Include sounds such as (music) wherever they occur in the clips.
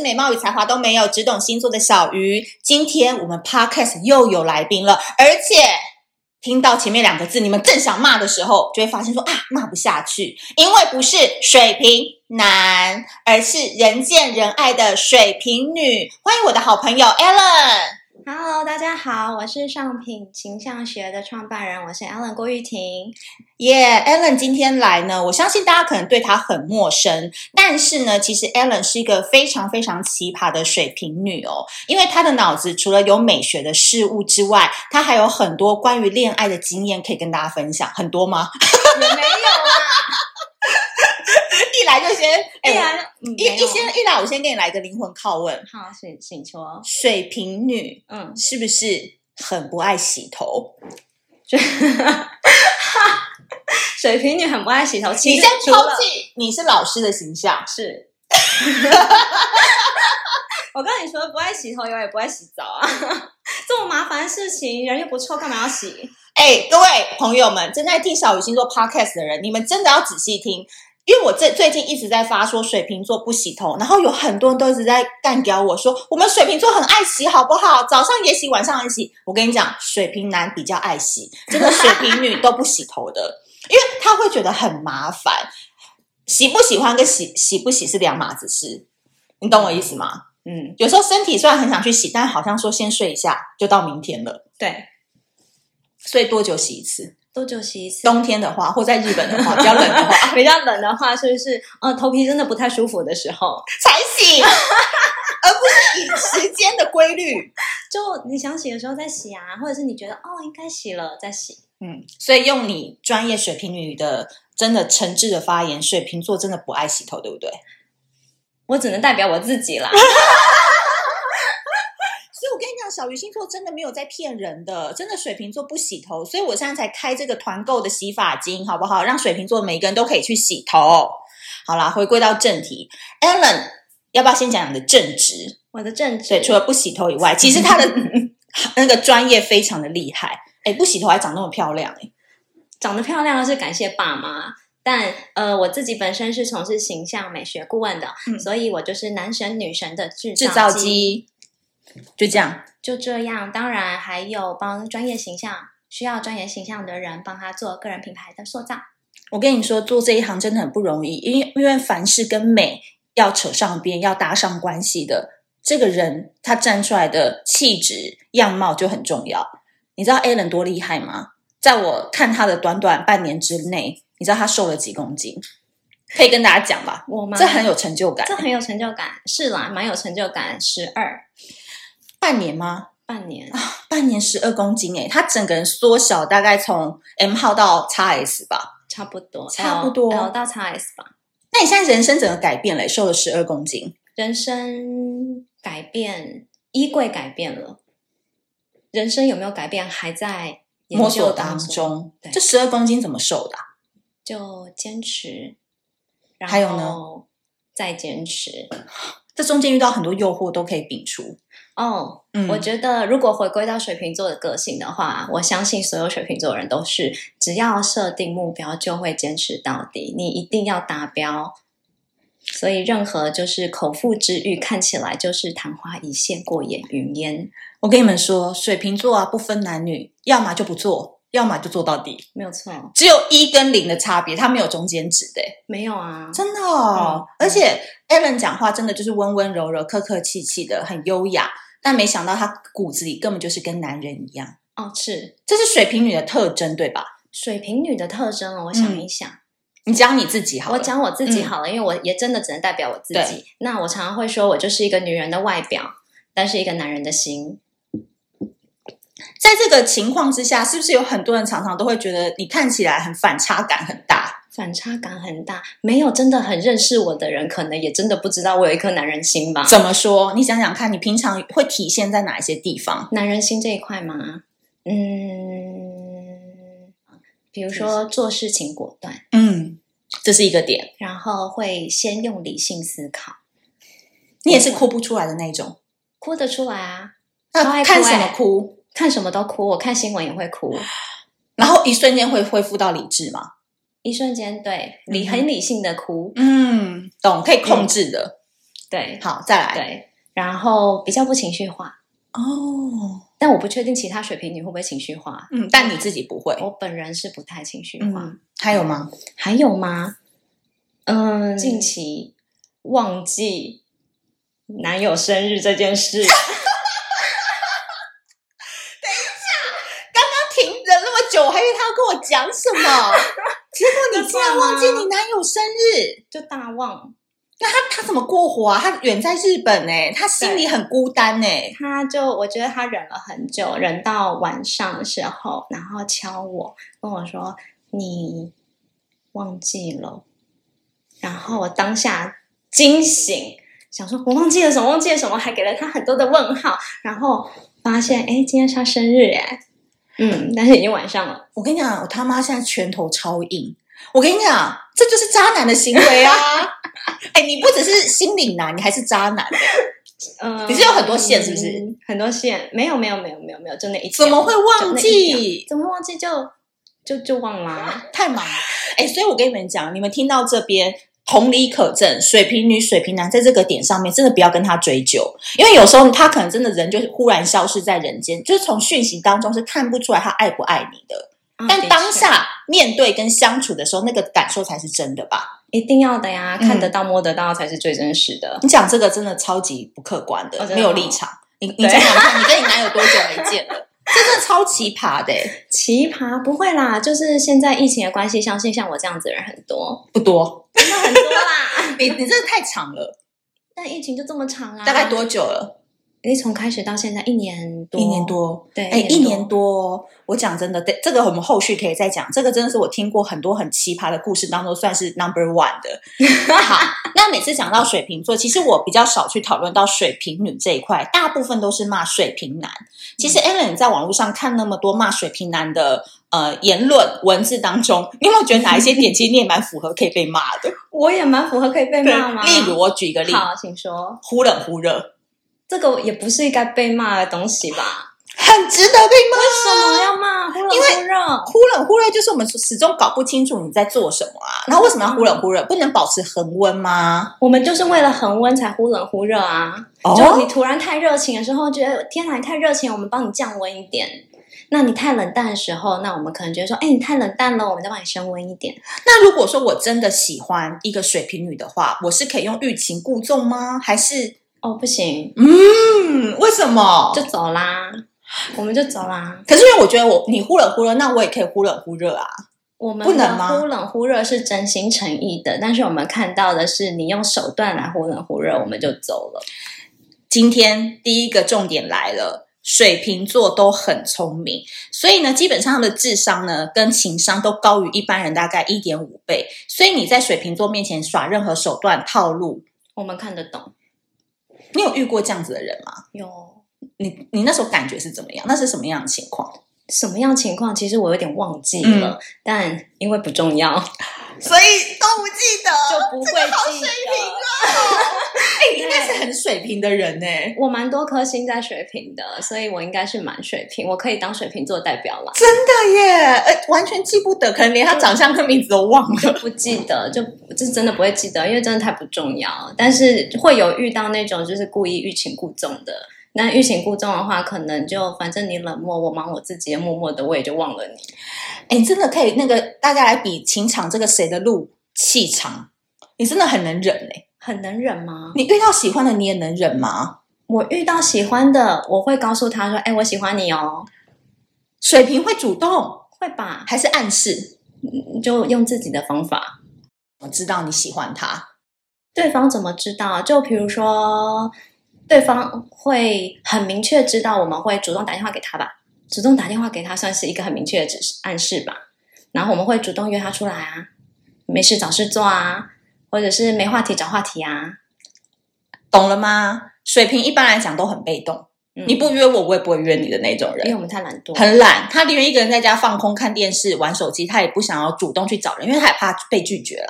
美貌与才华都没有，只懂星座的小鱼，今天我们 podcast 又有来宾了，而且听到前面两个字，你们正想骂的时候，就会发现说啊，骂不下去，因为不是水瓶男，而是人见人爱的水瓶女。欢迎我的好朋友 Allen。 Hello，大家好，我是上品形象学的创办人，我是 Alan 郭玉 (laughs) 婷。耶、a l l e n 今天来呢，我相信大家可能对他很陌生，但是呢，其实 Ellen 是一个非常非常奇葩的水瓶女哦，因为她的脑子除了有美学的事物之外，她还有很多关于恋爱的经验可以跟大家分享，很多吗？ (laughs) 也没有一来就先，哎、啊，我然一一先一来，我先给你来个灵魂拷问：好，请请求，水瓶女嗯，是不是很不爱洗头？水瓶女很不爱洗头，其你实先除抛了弃你是老师的形象，是。 (laughs) 我跟你说，不爱洗头，有也不爱洗澡啊， (laughs) 这么麻烦的事情，人又不臭，干嘛要洗？哎，各位朋友们，正在听小鱼星座 podcast 的人，你们真的要仔细听，因为我这最近一直在发说水瓶座不洗头，然后有很多人都一直在干掉我说我们水瓶座很爱洗，好不好？早上也洗，晚上也洗。我跟你讲，水瓶男比较爱洗，这个水瓶女都不洗头的，因为他会觉得很麻烦。喜不喜欢跟洗洗不洗是两码子事，你懂我意思吗？嗯，有时候身体虽然很想去洗，但好像说先睡一下就到明天了，对，所以多久洗一次？多久洗一次？冬天的话，或在日本的 (laughs) 话，比较冷的话 (laughs) 比较冷的话，是不是？呃，头皮真的不太舒服的时候，才洗， (laughs) 而不是以时间的规律。就你想洗的时候再洗啊，或者是你觉得哦应该洗了再洗。嗯，所以用你专业水瓶女的真的诚挚的发言，水瓶座真的不爱洗头，对不对？我只能代表我自 (laughs) 己啦。所以我跟你讲，小鱼星座真的没有在骗人的，真的水瓶座不洗头，所以我现在才开这个团购的洗发精，好不好？让水瓶座每一个人都可以去洗头。好啦，回归到正题，Allen 要不要先讲你的正职？我的正对，职，除了不洗头以外，其实她的那个专业非常的厉害。哎，不洗头还长那么漂亮哎、长得漂亮是感谢爸妈，但呃，我自己本身是从事形象美学顾问的，嗯所以我就是男神女神的制制造造机就这样。就这样。当然还有帮专业形象需要专业形象的人帮他做个人品牌的塑造。我跟你说，做这一行真的很不容易，因为因为凡事跟美要扯上边，要搭上关系的，这个人他站出来的气质样貌就很重要。你知道 Allen 多厉害吗？在我看他的短短半年之内，你知道他瘦了几公斤？可以跟大家讲吧，我吗？这很有成就感。这很有成就感，是啦，蛮有成就感。十二半年吗？半年，半年十二公斤诶、欸他整个人缩小大概从 M 号到 XS 吧。差不多，差不多 L, L 到 XS 吧。那你现在人生整个改变嘞、瘦了十二公斤，人生改变，衣柜改变了，人生有没有改变还在研摸究索当中，中对，这十二公斤怎么瘦的啊、就坚持，然还有呢后再坚持。这中间遇到很多诱惑都可以摒除。哦、嗯我觉得如果回归到水瓶座的个性的话，我相信所有水瓶座的人都是，只要设定目标就会坚持到底，你一定要达标。所以，任何就是口腹之欲，看起来就是昙花一现、过眼云烟，我跟你们说，水瓶座啊，不分男女，要么就不做，要么就做到底，没有错。只有一跟零的差别，它没有中间值的、欸，没有啊，真的、哦。嗯而且 Allen 讲话真的就是温温柔柔、客客气气的，很优雅。但没想到他骨子里根本就是跟男人一样，哦，是这是水瓶女的特征，对吧？水瓶女的特征哦。我想一想，你讲你自己嗯好了。我讲我自己嗯好了，因为我也真的只能代表我自对己。那我常常会说，我就是一个女人的外表，但是一个男人的心。在这个情况之下，是不是有很多人常常都会觉得你看起来很反差感很大？反差感很大，没有真的很认识我的人，可能也真的不知道我有一颗男人心吧。怎么说？你想想看，你平常会体现在哪一些地方？男人心这一块嘛，嗯，比如说做事情果断，嗯，这是一个点。然后会先用理性思考，你也是哭不出来的那种。哭得出来啊，超那爱哭看什么欸哭？看什么都哭，我看新闻也会哭。然后一瞬间会恢复到理智吗？一瞬间，对嗯理哼很理性的哭，嗯，懂，可以控制的。对好，再来。对，然后比较不情绪化，哦，但我不确定其他水瓶女会不会情绪化。嗯，但你自己不会。我本人是不太情绪化。嗯，还有吗？还有吗？嗯，近近期忘记男友生日这件 (laughs) 事，停了那么久，我还以为他要跟我讲什么，结果你竟然忘记你男友生日，就大忘。那他他怎么过活啊？他远在日本呢、欸他心里很孤单欸呢、他就我觉得他忍了很久，忍到晚上的时候，然后敲我跟我说你忘记了，然后我当下惊醒，想说我忘记了什么，忘记了什么，还给了他很多的问号，然后发现哎，今天是他生日哎，嗯，但是已经晚上了。我跟你讲，我他妈现在拳头超硬。我跟你讲，这就是渣男的行为啊！哎、你不只是心理男，你还是渣男，嗯，你是有很多线是不是嗯？很多线，没有没有没有没有没有，就那一条怎么会忘就那一记？怎么会忘记就就就忘啦、太忙了。哎、所以我跟你们讲，你们听到这边。同理可证，水瓶女、水瓶男在这个点上面，真的不要跟他追究，因为有时候他可能真的人就是忽然消失在人间，就是从讯息当中是看不出来他爱不爱你嗯的。啊的但确当下面对跟相处的时候，那个感受才是真的吧？一定要的呀，嗯看得到、摸得到才是最真实的。你讲这个真的超级不客观的，哦真的没有吗立场。你你对讲讲看，你跟你男友多久没见 (laughs) 了？这真的超奇葩的、欸奇葩不会啦，就是现在疫情的关系，相信像我这样子的人很多，不多。真的很多 (laughs) 啦。你你真的太长了，但疫情就这么长啊，大概多？久了？你从开始到现在一年多，一年，多。对，哎，一年多。多哦，我讲真的，对这个我们后续可以再讲。这个真的是我听过很多很奇葩的故事当中，算是 number one 的。 (laughs) 好，那每次讲到水瓶座，其实我比较少去讨论到水瓶女这一块，大部分都是骂水瓶男。其实 Alan 你在网络上看那么多骂水瓶男的呃言论文字当中，你有没有觉得哪一些点其实你也蛮符合可以被骂 (laughs) 的？我也蛮符合可以被骂吗？例如，我举一个例，好，请说，忽冷忽热，这个也不是应该被骂的东西吧？ (laughs) 很值得被骂。为什么要骂忽冷忽热？忽冷忽热就是我们始终搞不清楚你在做什么啊。然后为什么要忽冷忽热？不能保持恒温吗？我们就是为了恒温才忽冷忽热啊！哦就你突然太热情的时候，觉得天哪，你太热情，我们帮你降温一点。那你太冷淡的时候，那我们可能觉得说，哎，你太冷淡了，我们再帮你升温一点。那如果说我真的喜欢一个水瓶女的话，我是可以用欲擒故纵吗？还是哦，不行，嗯，为什么？就走啦，我们就走啦。可是因为我觉得我你忽冷忽热，那我也可以忽冷忽热啊。我们不能的吗忽冷忽热是真心诚意的，但是我们看到的是你用手段来忽冷忽热，我们就走了。今天第一个重点来了。水瓶座都很聪明，所以呢，基本上他们的智商呢跟情商都高于一般人大概一点五倍。所以你在水瓶座面前耍任何手段套路，我们看得懂，你有遇过这样子的人吗？有你你那时候感觉是怎么样？那是什么样的情况？什么样情况？其实我有点忘记了，嗯但因为不重要，哦所以都不记得。就不会记得。哎、你应该是很水平的人呢、我蛮多颗星在水瓶的，所以我应该是蛮水瓶，我可以当水瓶座代表啦。真的耶，哎、完全记不得，可能连他长相跟名字都忘了。不记得就就真的不会记得，因为真的太不重要。但是会有遇到那种就是故意欲擒故纵的。那欲擒故纵的话，可能就反正你冷漠，我忙我自己，默默的我也就忘了你。哎、你真的可以那个，大家来比情场这个谁的路气长，你真的很能忍哎、很能忍吗？你遇到喜欢的你也能忍吗？我遇到喜欢的，我会告诉他说：“哎、我喜欢你哦。水瓶会主动”会吧？嗯还是暗示？就用自己的方法。我知道你喜欢他，对方怎么知道？啊就比如说，对方会很明确知道我们会主动打电话给他吧，主动打电话给他算是一个很明确的指示暗示吧。然后我们会主动约他出来啊，没事找事做啊，或者是没话题找话题啊。懂了吗？水瓶一般来讲都很被动，嗯你，不约我，我也不会约你的那种因为人。我们太懒惰，很懒，他宁愿一个人在家放空、看电视、玩手机，他也不想要主动去找人，因为他也怕被拒绝啦，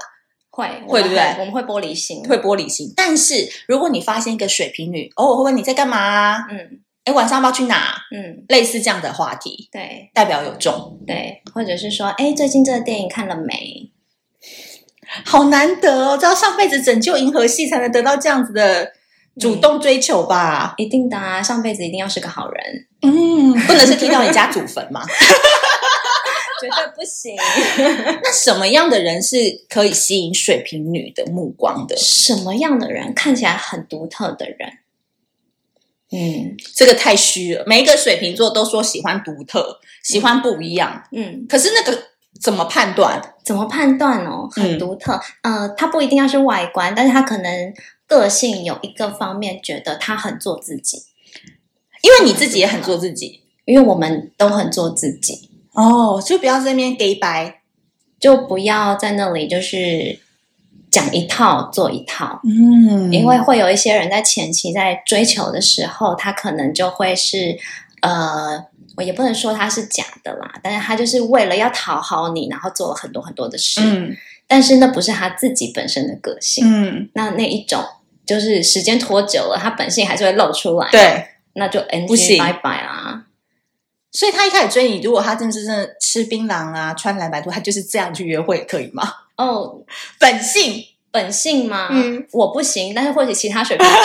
会我们会对不对我们会玻璃心，会玻璃心。但是如果你发现一个水瓶女，偶尔会问你在干嘛啊，嗯哎，晚上要不要去哪，嗯，类似这样的话题，对代表有中。对，或者是说，哎，最近这个电影看了没？好难得哦，这要上辈子拯救银河系才能得到这样子的主动追求吧？一定的啊，上辈子一定要是个好人， (laughs) 嗯，不能是踢到你家祖坟嘛？ (laughs) 绝对不行。那什么样的人是可以吸引水瓶女的目光的？什么样的人看起来很独特的人？嗯这个太虚了，每一个水瓶座都说喜欢独特，喜欢不一样，嗯，可是那个怎么判断？怎么判断哦？嗯很独特。呃，他不一定要是外观，但是他可能个性有一个方面觉得他很做自己，因为你自己也很做自己因为我们都很做自己，哦，就不要在那边 gay 白。就不要在那里就是讲一套做一套。嗯因为会有一些人在前期在追求的时候，他可能就会是呃，我也不能说他是假的啦，但是他就是为了要讨好你，然后做了很多很多的事，嗯但是那不是他自己本身的个性。嗯，那那一种就是时间拖久了，他本性还是会露出来，，对，那就 NG 不行拜拜啊。所以他一开始追你，如果他真的是真的吃槟榔啊，穿蓝白拖，他就是这样去约会，可以 (laughs) 吗？哦，本性，本性吗？嗯，我不行，但是或许其他 (laughs) 水平所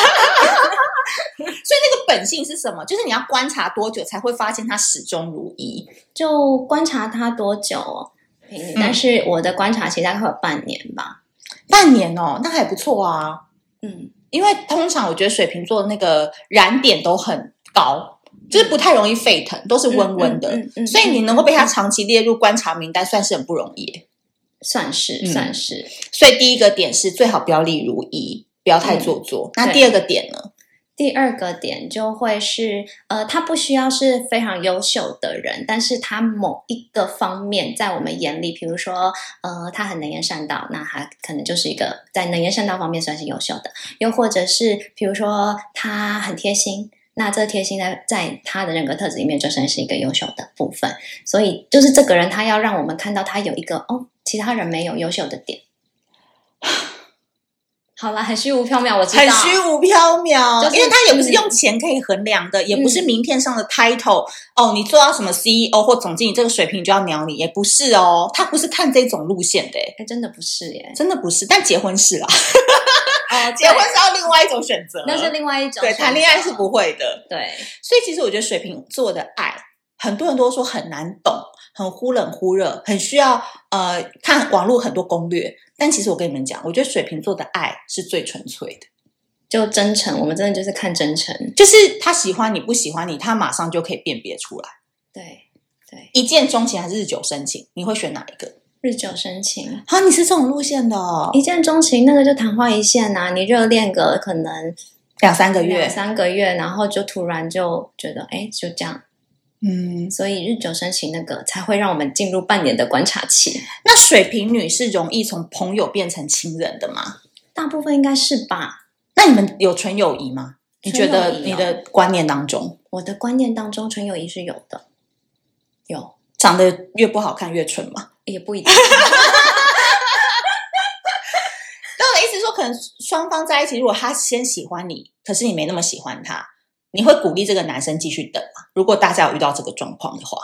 以那个本性是什么？就是你要观察多久才会发现他始终如一？就观察他多久、哦。嗯但是我的观察期大概会有半年吧。半年哦，那还不错啊。嗯，因为通常我觉得水瓶座的那个燃点都很高，就是不太容易沸腾，都是温温的。嗯嗯嗯嗯所以你能够被他长期列入观察名单，算是很不容易。算是嗯算是，所以第一个点是最好不要例如一，不要太嗯做作。那第二个点呢？第二个点就会是，呃，他不需要是非常优秀的人，但是他某一个方面在我们眼里，比如说，呃，他很能言善道，那他可能就是一个在能言善道方面算是优秀的，又或者是比如说他很贴心。那这贴心在在他的人格特质里面就算是一个优秀的部分，所以就是这个人他要让我们看到他有一个哦，其他人没有优秀 (sighs) 的点。好啦，很虚无缥缈，我知道，很虚无缥缈，就是嗯因为他也不是用钱可以衡量的，也不是名片上的 title、哦，你做到什么 CEO 或总经理这个水平就要鸟你，也不是哦，他不是看这种路线的，欸哎、真的不是耶。真的不是。但结婚是啦， (laughs) 哦，结婚是要另外一种选择，那是另外一种对谈恋爱是选择不会的。对，所以其实我觉得水瓶座的爱，很多人都说很难懂，很忽冷忽热，很需要呃看网络很多攻略。但其实我跟你们讲，我觉得水瓶座的爱是最纯粹的，就真诚，我们真的就是看真诚。就是他喜欢你不喜欢你，他马上就可以辨别出来，对对，一见钟情还是日久生情，你会选哪一个？日久生情，啊，你是这种路线的、哦，一见钟情那个就昙花一现呐、你热恋个可能两三个两月，三个月，然后就突然就觉得哎就这样，嗯，所以日久生情那个才会让我们进入半年的观察期，那水瓶女是容易从朋友变成亲人的吗？大部分应该是吧。那你们有纯友谊吗？你觉纯友得谊哦你的观念当中，我的观念当中，纯友谊是有的，有长得越不好看越蠢吗？也不一定。 (laughs) 那我的意思是说，可能双方在一起，如果他先喜欢你，可是你没那么喜欢他，你会鼓励这个男生继续等吗？如果大家有遇到这个状况的话，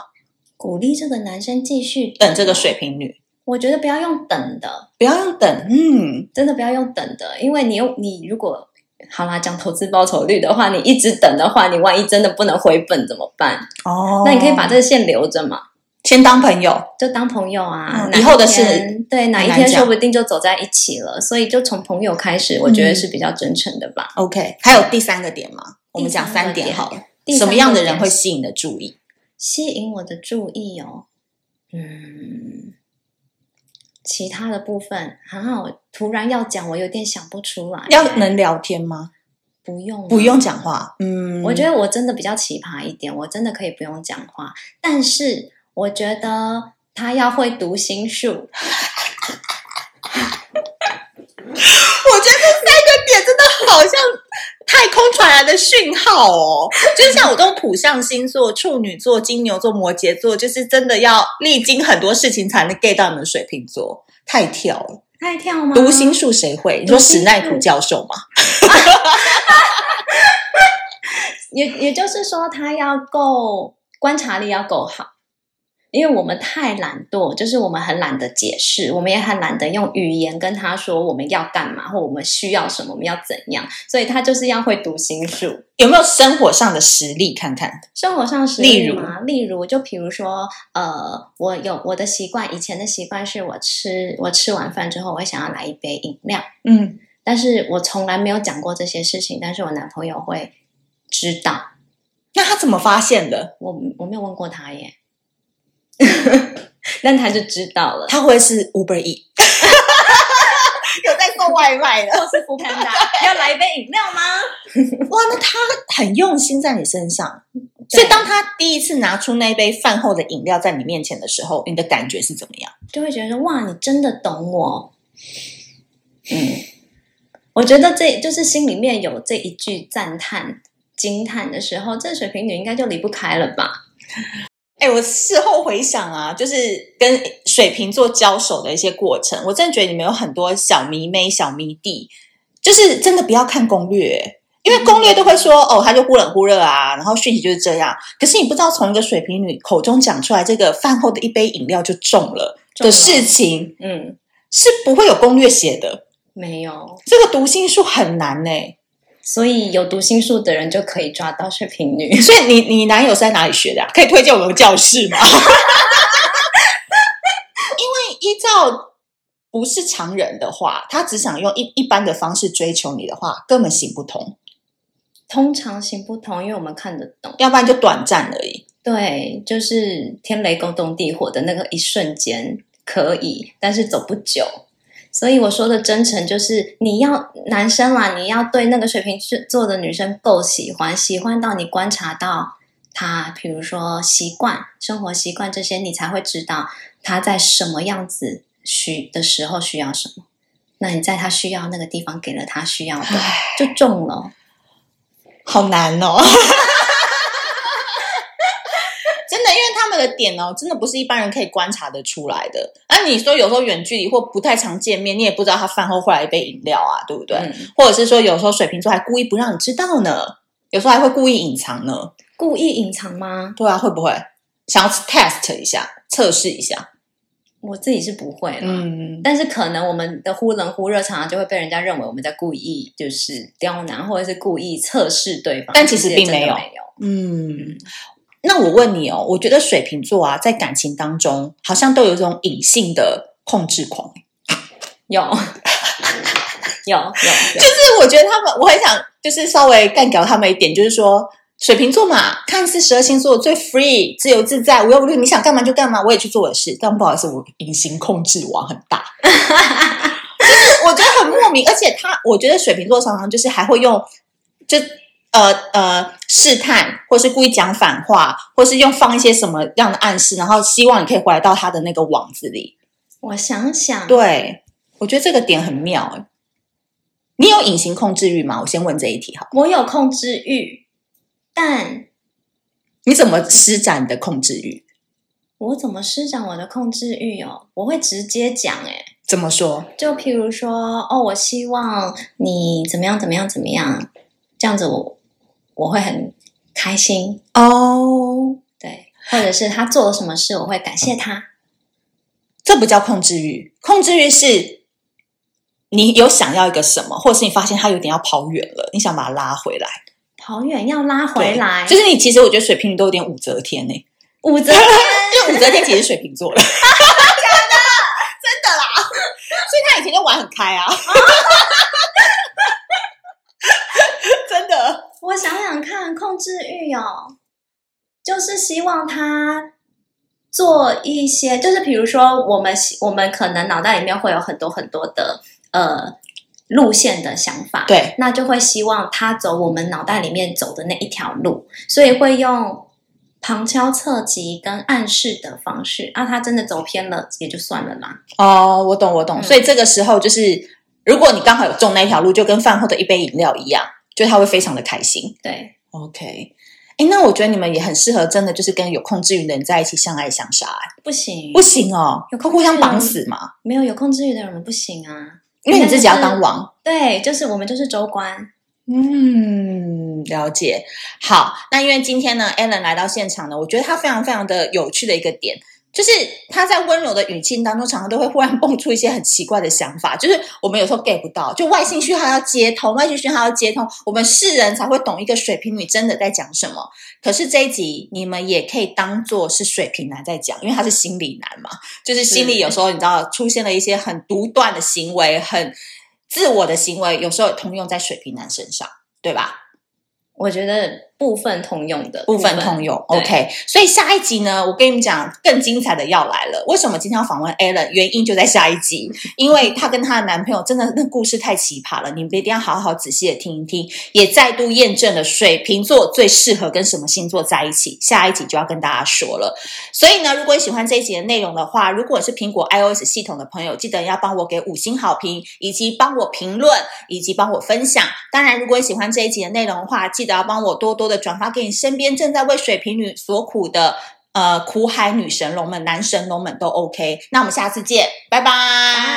鼓励这个男生继续等这个，水瓶女，我觉得不要用等的，不要用等，嗯，真的不要用等的，因为你又你如果好啦，讲投资报酬率的话，你一直等的话，你万一真的不能回本怎么办？哦那你可以把这个线留着嘛，先当朋友，就当朋友啊。嗯哪一以后的天事对哪一很天难讲说不定就走在一起了，所以就从朋友开始，我觉嗯得是比较真诚的吧。 ，OK。还有第三个点吗？我们讲第三三个点点好了，第什三么个样的人点会吸引你的注意？吸引我的注意哦？嗯，其他的部分啊，我突然要讲，我有点想不出来。要能聊天吗？不用啊不用讲话，嗯，我觉得我真的比较奇葩一点，我真的可以不用讲话，但是我觉得他要会读心术，我觉得这三个点真的好像太空传来的讯号哦，就是像我这种土象星座，处女座、金牛座、摩羯座，就是真的要历经很多事情才能 get 到你们水瓶座。太跳了，太跳吗？嗯读心术谁会？你说史奈普教授吗？也也就是说，他要够观察力要够好，因为我们太懒惰，就是我们很懒得解释，我们也很懒得用语言跟他说我们要干嘛，或我们需要什么，我们要怎样，所以他就是要会读心术。有没有生活上的实例看看？生活上实例例如嘛，例如就比如说，呃，我有我的习惯，以前的习惯是我吃我吃完饭之后，我会想要来一杯饮料，嗯，但是我从来没有讲过这些事情，但是我男朋友会知道，那他怎么发现的？我我没有问过他耶， (laughs) 但他就知道了，他会是 Uber (laughs) E，有在送外卖的。是福潘达，要来一杯饮料吗？哇，那他很用心在你身上，对所以当他第一次拿出那杯饭后的饮料在你面前的时候，你的感觉是怎么样？就会觉得说哇，你真的懂我。嗯，我觉得这就是心里面有这一句赞叹、惊叹的时候，这水瓶女应该就离不开了吧？哎、我事后回想啊，就是跟水瓶座交手的一些过程，我真的觉得你们有很多小迷妹、小迷弟，就是真的不要看攻略，因为攻略都会说哦，他就忽冷忽热啊，然后讯息就是这样。可是你不知道从一个水瓶女口中讲出来这个饭后的一杯饮料就中了中的了事情，嗯，是不会有攻略写的。没有，这个读心术很难呢、所以有读心术的人就可以抓到水瓶女。 (laughs) 所以你你男友是在哪里学的、啊？可以推荐我们教室吗？ (laughs) 因为依照不是常人的话，他只想用一一般的方式追求你的话，根本行不通，通常行不通，因为我们看得懂。要不然就短暂而已。对，就是天雷勾动地火的那个一瞬间可以，但是走不久。所以我说的真诚就是，你要男生啦，你要对那个水瓶座的女生够喜欢，喜欢到你观察到她，比如说习惯、生活习惯这些，你才会知道她在什么样子需的时候需要什么。那你在她需要那个地方给了她需要的，就中了。好难哦。 (laughs) 真的，因为他们的点哦，真的不是一般人可以观察得出来的。那、你说有时候远距离或不太常见面，你也不知道他饭后会来一杯饮料啊，对不对？嗯或者是说有时候水瓶座还故意不让你知道呢，有时候还会故意隐藏呢。故意隐藏吗？对啊，会不会想要 test 一下，测试一下？我自己是不会啦。嗯，但是可能我们的忽冷忽热，常常就会被人家认为我们在故意就是刁难，或者是故意测试对方，但其实也并真的没没有有。嗯，那我问你哦，我觉得水瓶座啊，在感情当中好像都有一种隐性的控制狂，有 (laughs) 有有就，是我觉得他们，我很想就是稍微干掉他们一点，就是说。水瓶座嘛，看似十二星座最 free、自由自在、无忧无虑，你想干嘛就干嘛，我也去做我的事。但不好意思，我隐形控制网很大，就是 (laughs) 我觉得很莫名。而且他，我觉得水瓶座常常就是还会用，就呃呃试探，或是故意讲反话，或是用放一些什么样的暗示，然后希望你可以回到他的那个网子里。我想想，对，我觉得这个点很妙、欸。你有隐形控制欲吗？我先问这一题哈。我有控制欲，但你怎么施展你的控制欲？我怎么施展我的控制欲哦？我会直接讲、欸，怎么说？就譬如说，哦，我希望你怎么样怎么样怎么样，这样子我我会很开心，哦，对，或者是他做了什么事，我会感谢他。这不叫控制欲，控制欲是你有想要一个什么，或是你发现他有点要跑远了，你想把他拉回来。跑远要拉对回来，就是你其实我觉得水瓶女都有点武则天呢、欸武 (laughs) 则因为武则天其实是水瓶座 (laughs) 的，真的真的啦，所以他以前就玩很开 (laughs) 啊，真的。我想想看，控制欲哦，就是希望他做一些，就是比如说，我们喜我们可能脑袋里面会有很多很多的呃路线的想法，，对，那就会希望他走我们脑袋里面走的那一条路，所以会用旁敲侧击跟暗示的方式，啊，他真的走偏了也就算了啦，哦，我懂，我懂。嗯所以这个时候就是，如果你刚好有中那条路，就跟饭后的一杯饮料一样，就他会非常的开心。对， OK，哎，那我觉得你们也很适合，真的就是跟有控制欲的人在一起相爱相杀、哎不行，不行哦，有控制互欲相绑死嘛，没有有控制欲的人不行啊，因为你自己要应该是当王。对，就是我们就是州官。嗯，了解。好，那因为今天呢 a l a n 来到现场呢，我觉得他非常非常的有趣的一个点，就是他在温柔的语境当中，常常都会忽然蹦出一些很奇怪的想法，就是我们有时候 get 不到，就外兴趣还要接通，外兴趣还要接通，我们世人才会懂一个水瓶女真的在讲什么。可是这一集你们也可以当做是水瓶男在讲，因为他是心理男嘛，就是心里有时候你知道出现了一些很独断的行为，很自我的行为，有时候通用在水瓶男身上，对吧？我觉得部分通用的部分通用对，OK。所以下一集呢，我跟你们讲更精彩的要来了。为什么今天要访问 Alan？原因就在下一集，因为她跟她的男朋友真的那故事太奇葩了，你们一定要好好仔细的听一听，也再度验证了水瓶座最适合跟什么星座在一起。下一集就要跟大家说了。所以呢，如果你喜欢这一集的内容的话，如果是苹果 iOS 系统的朋友，记得要帮我给五星好评，以及帮我评论，以及帮我分享。当然，如果你喜欢这一集的内容的话，记得要帮我多多的转发给你身边正在为水瓶女所苦的呃苦海女神龙们、男神龙们都 OK。那我们下次见，拜拜。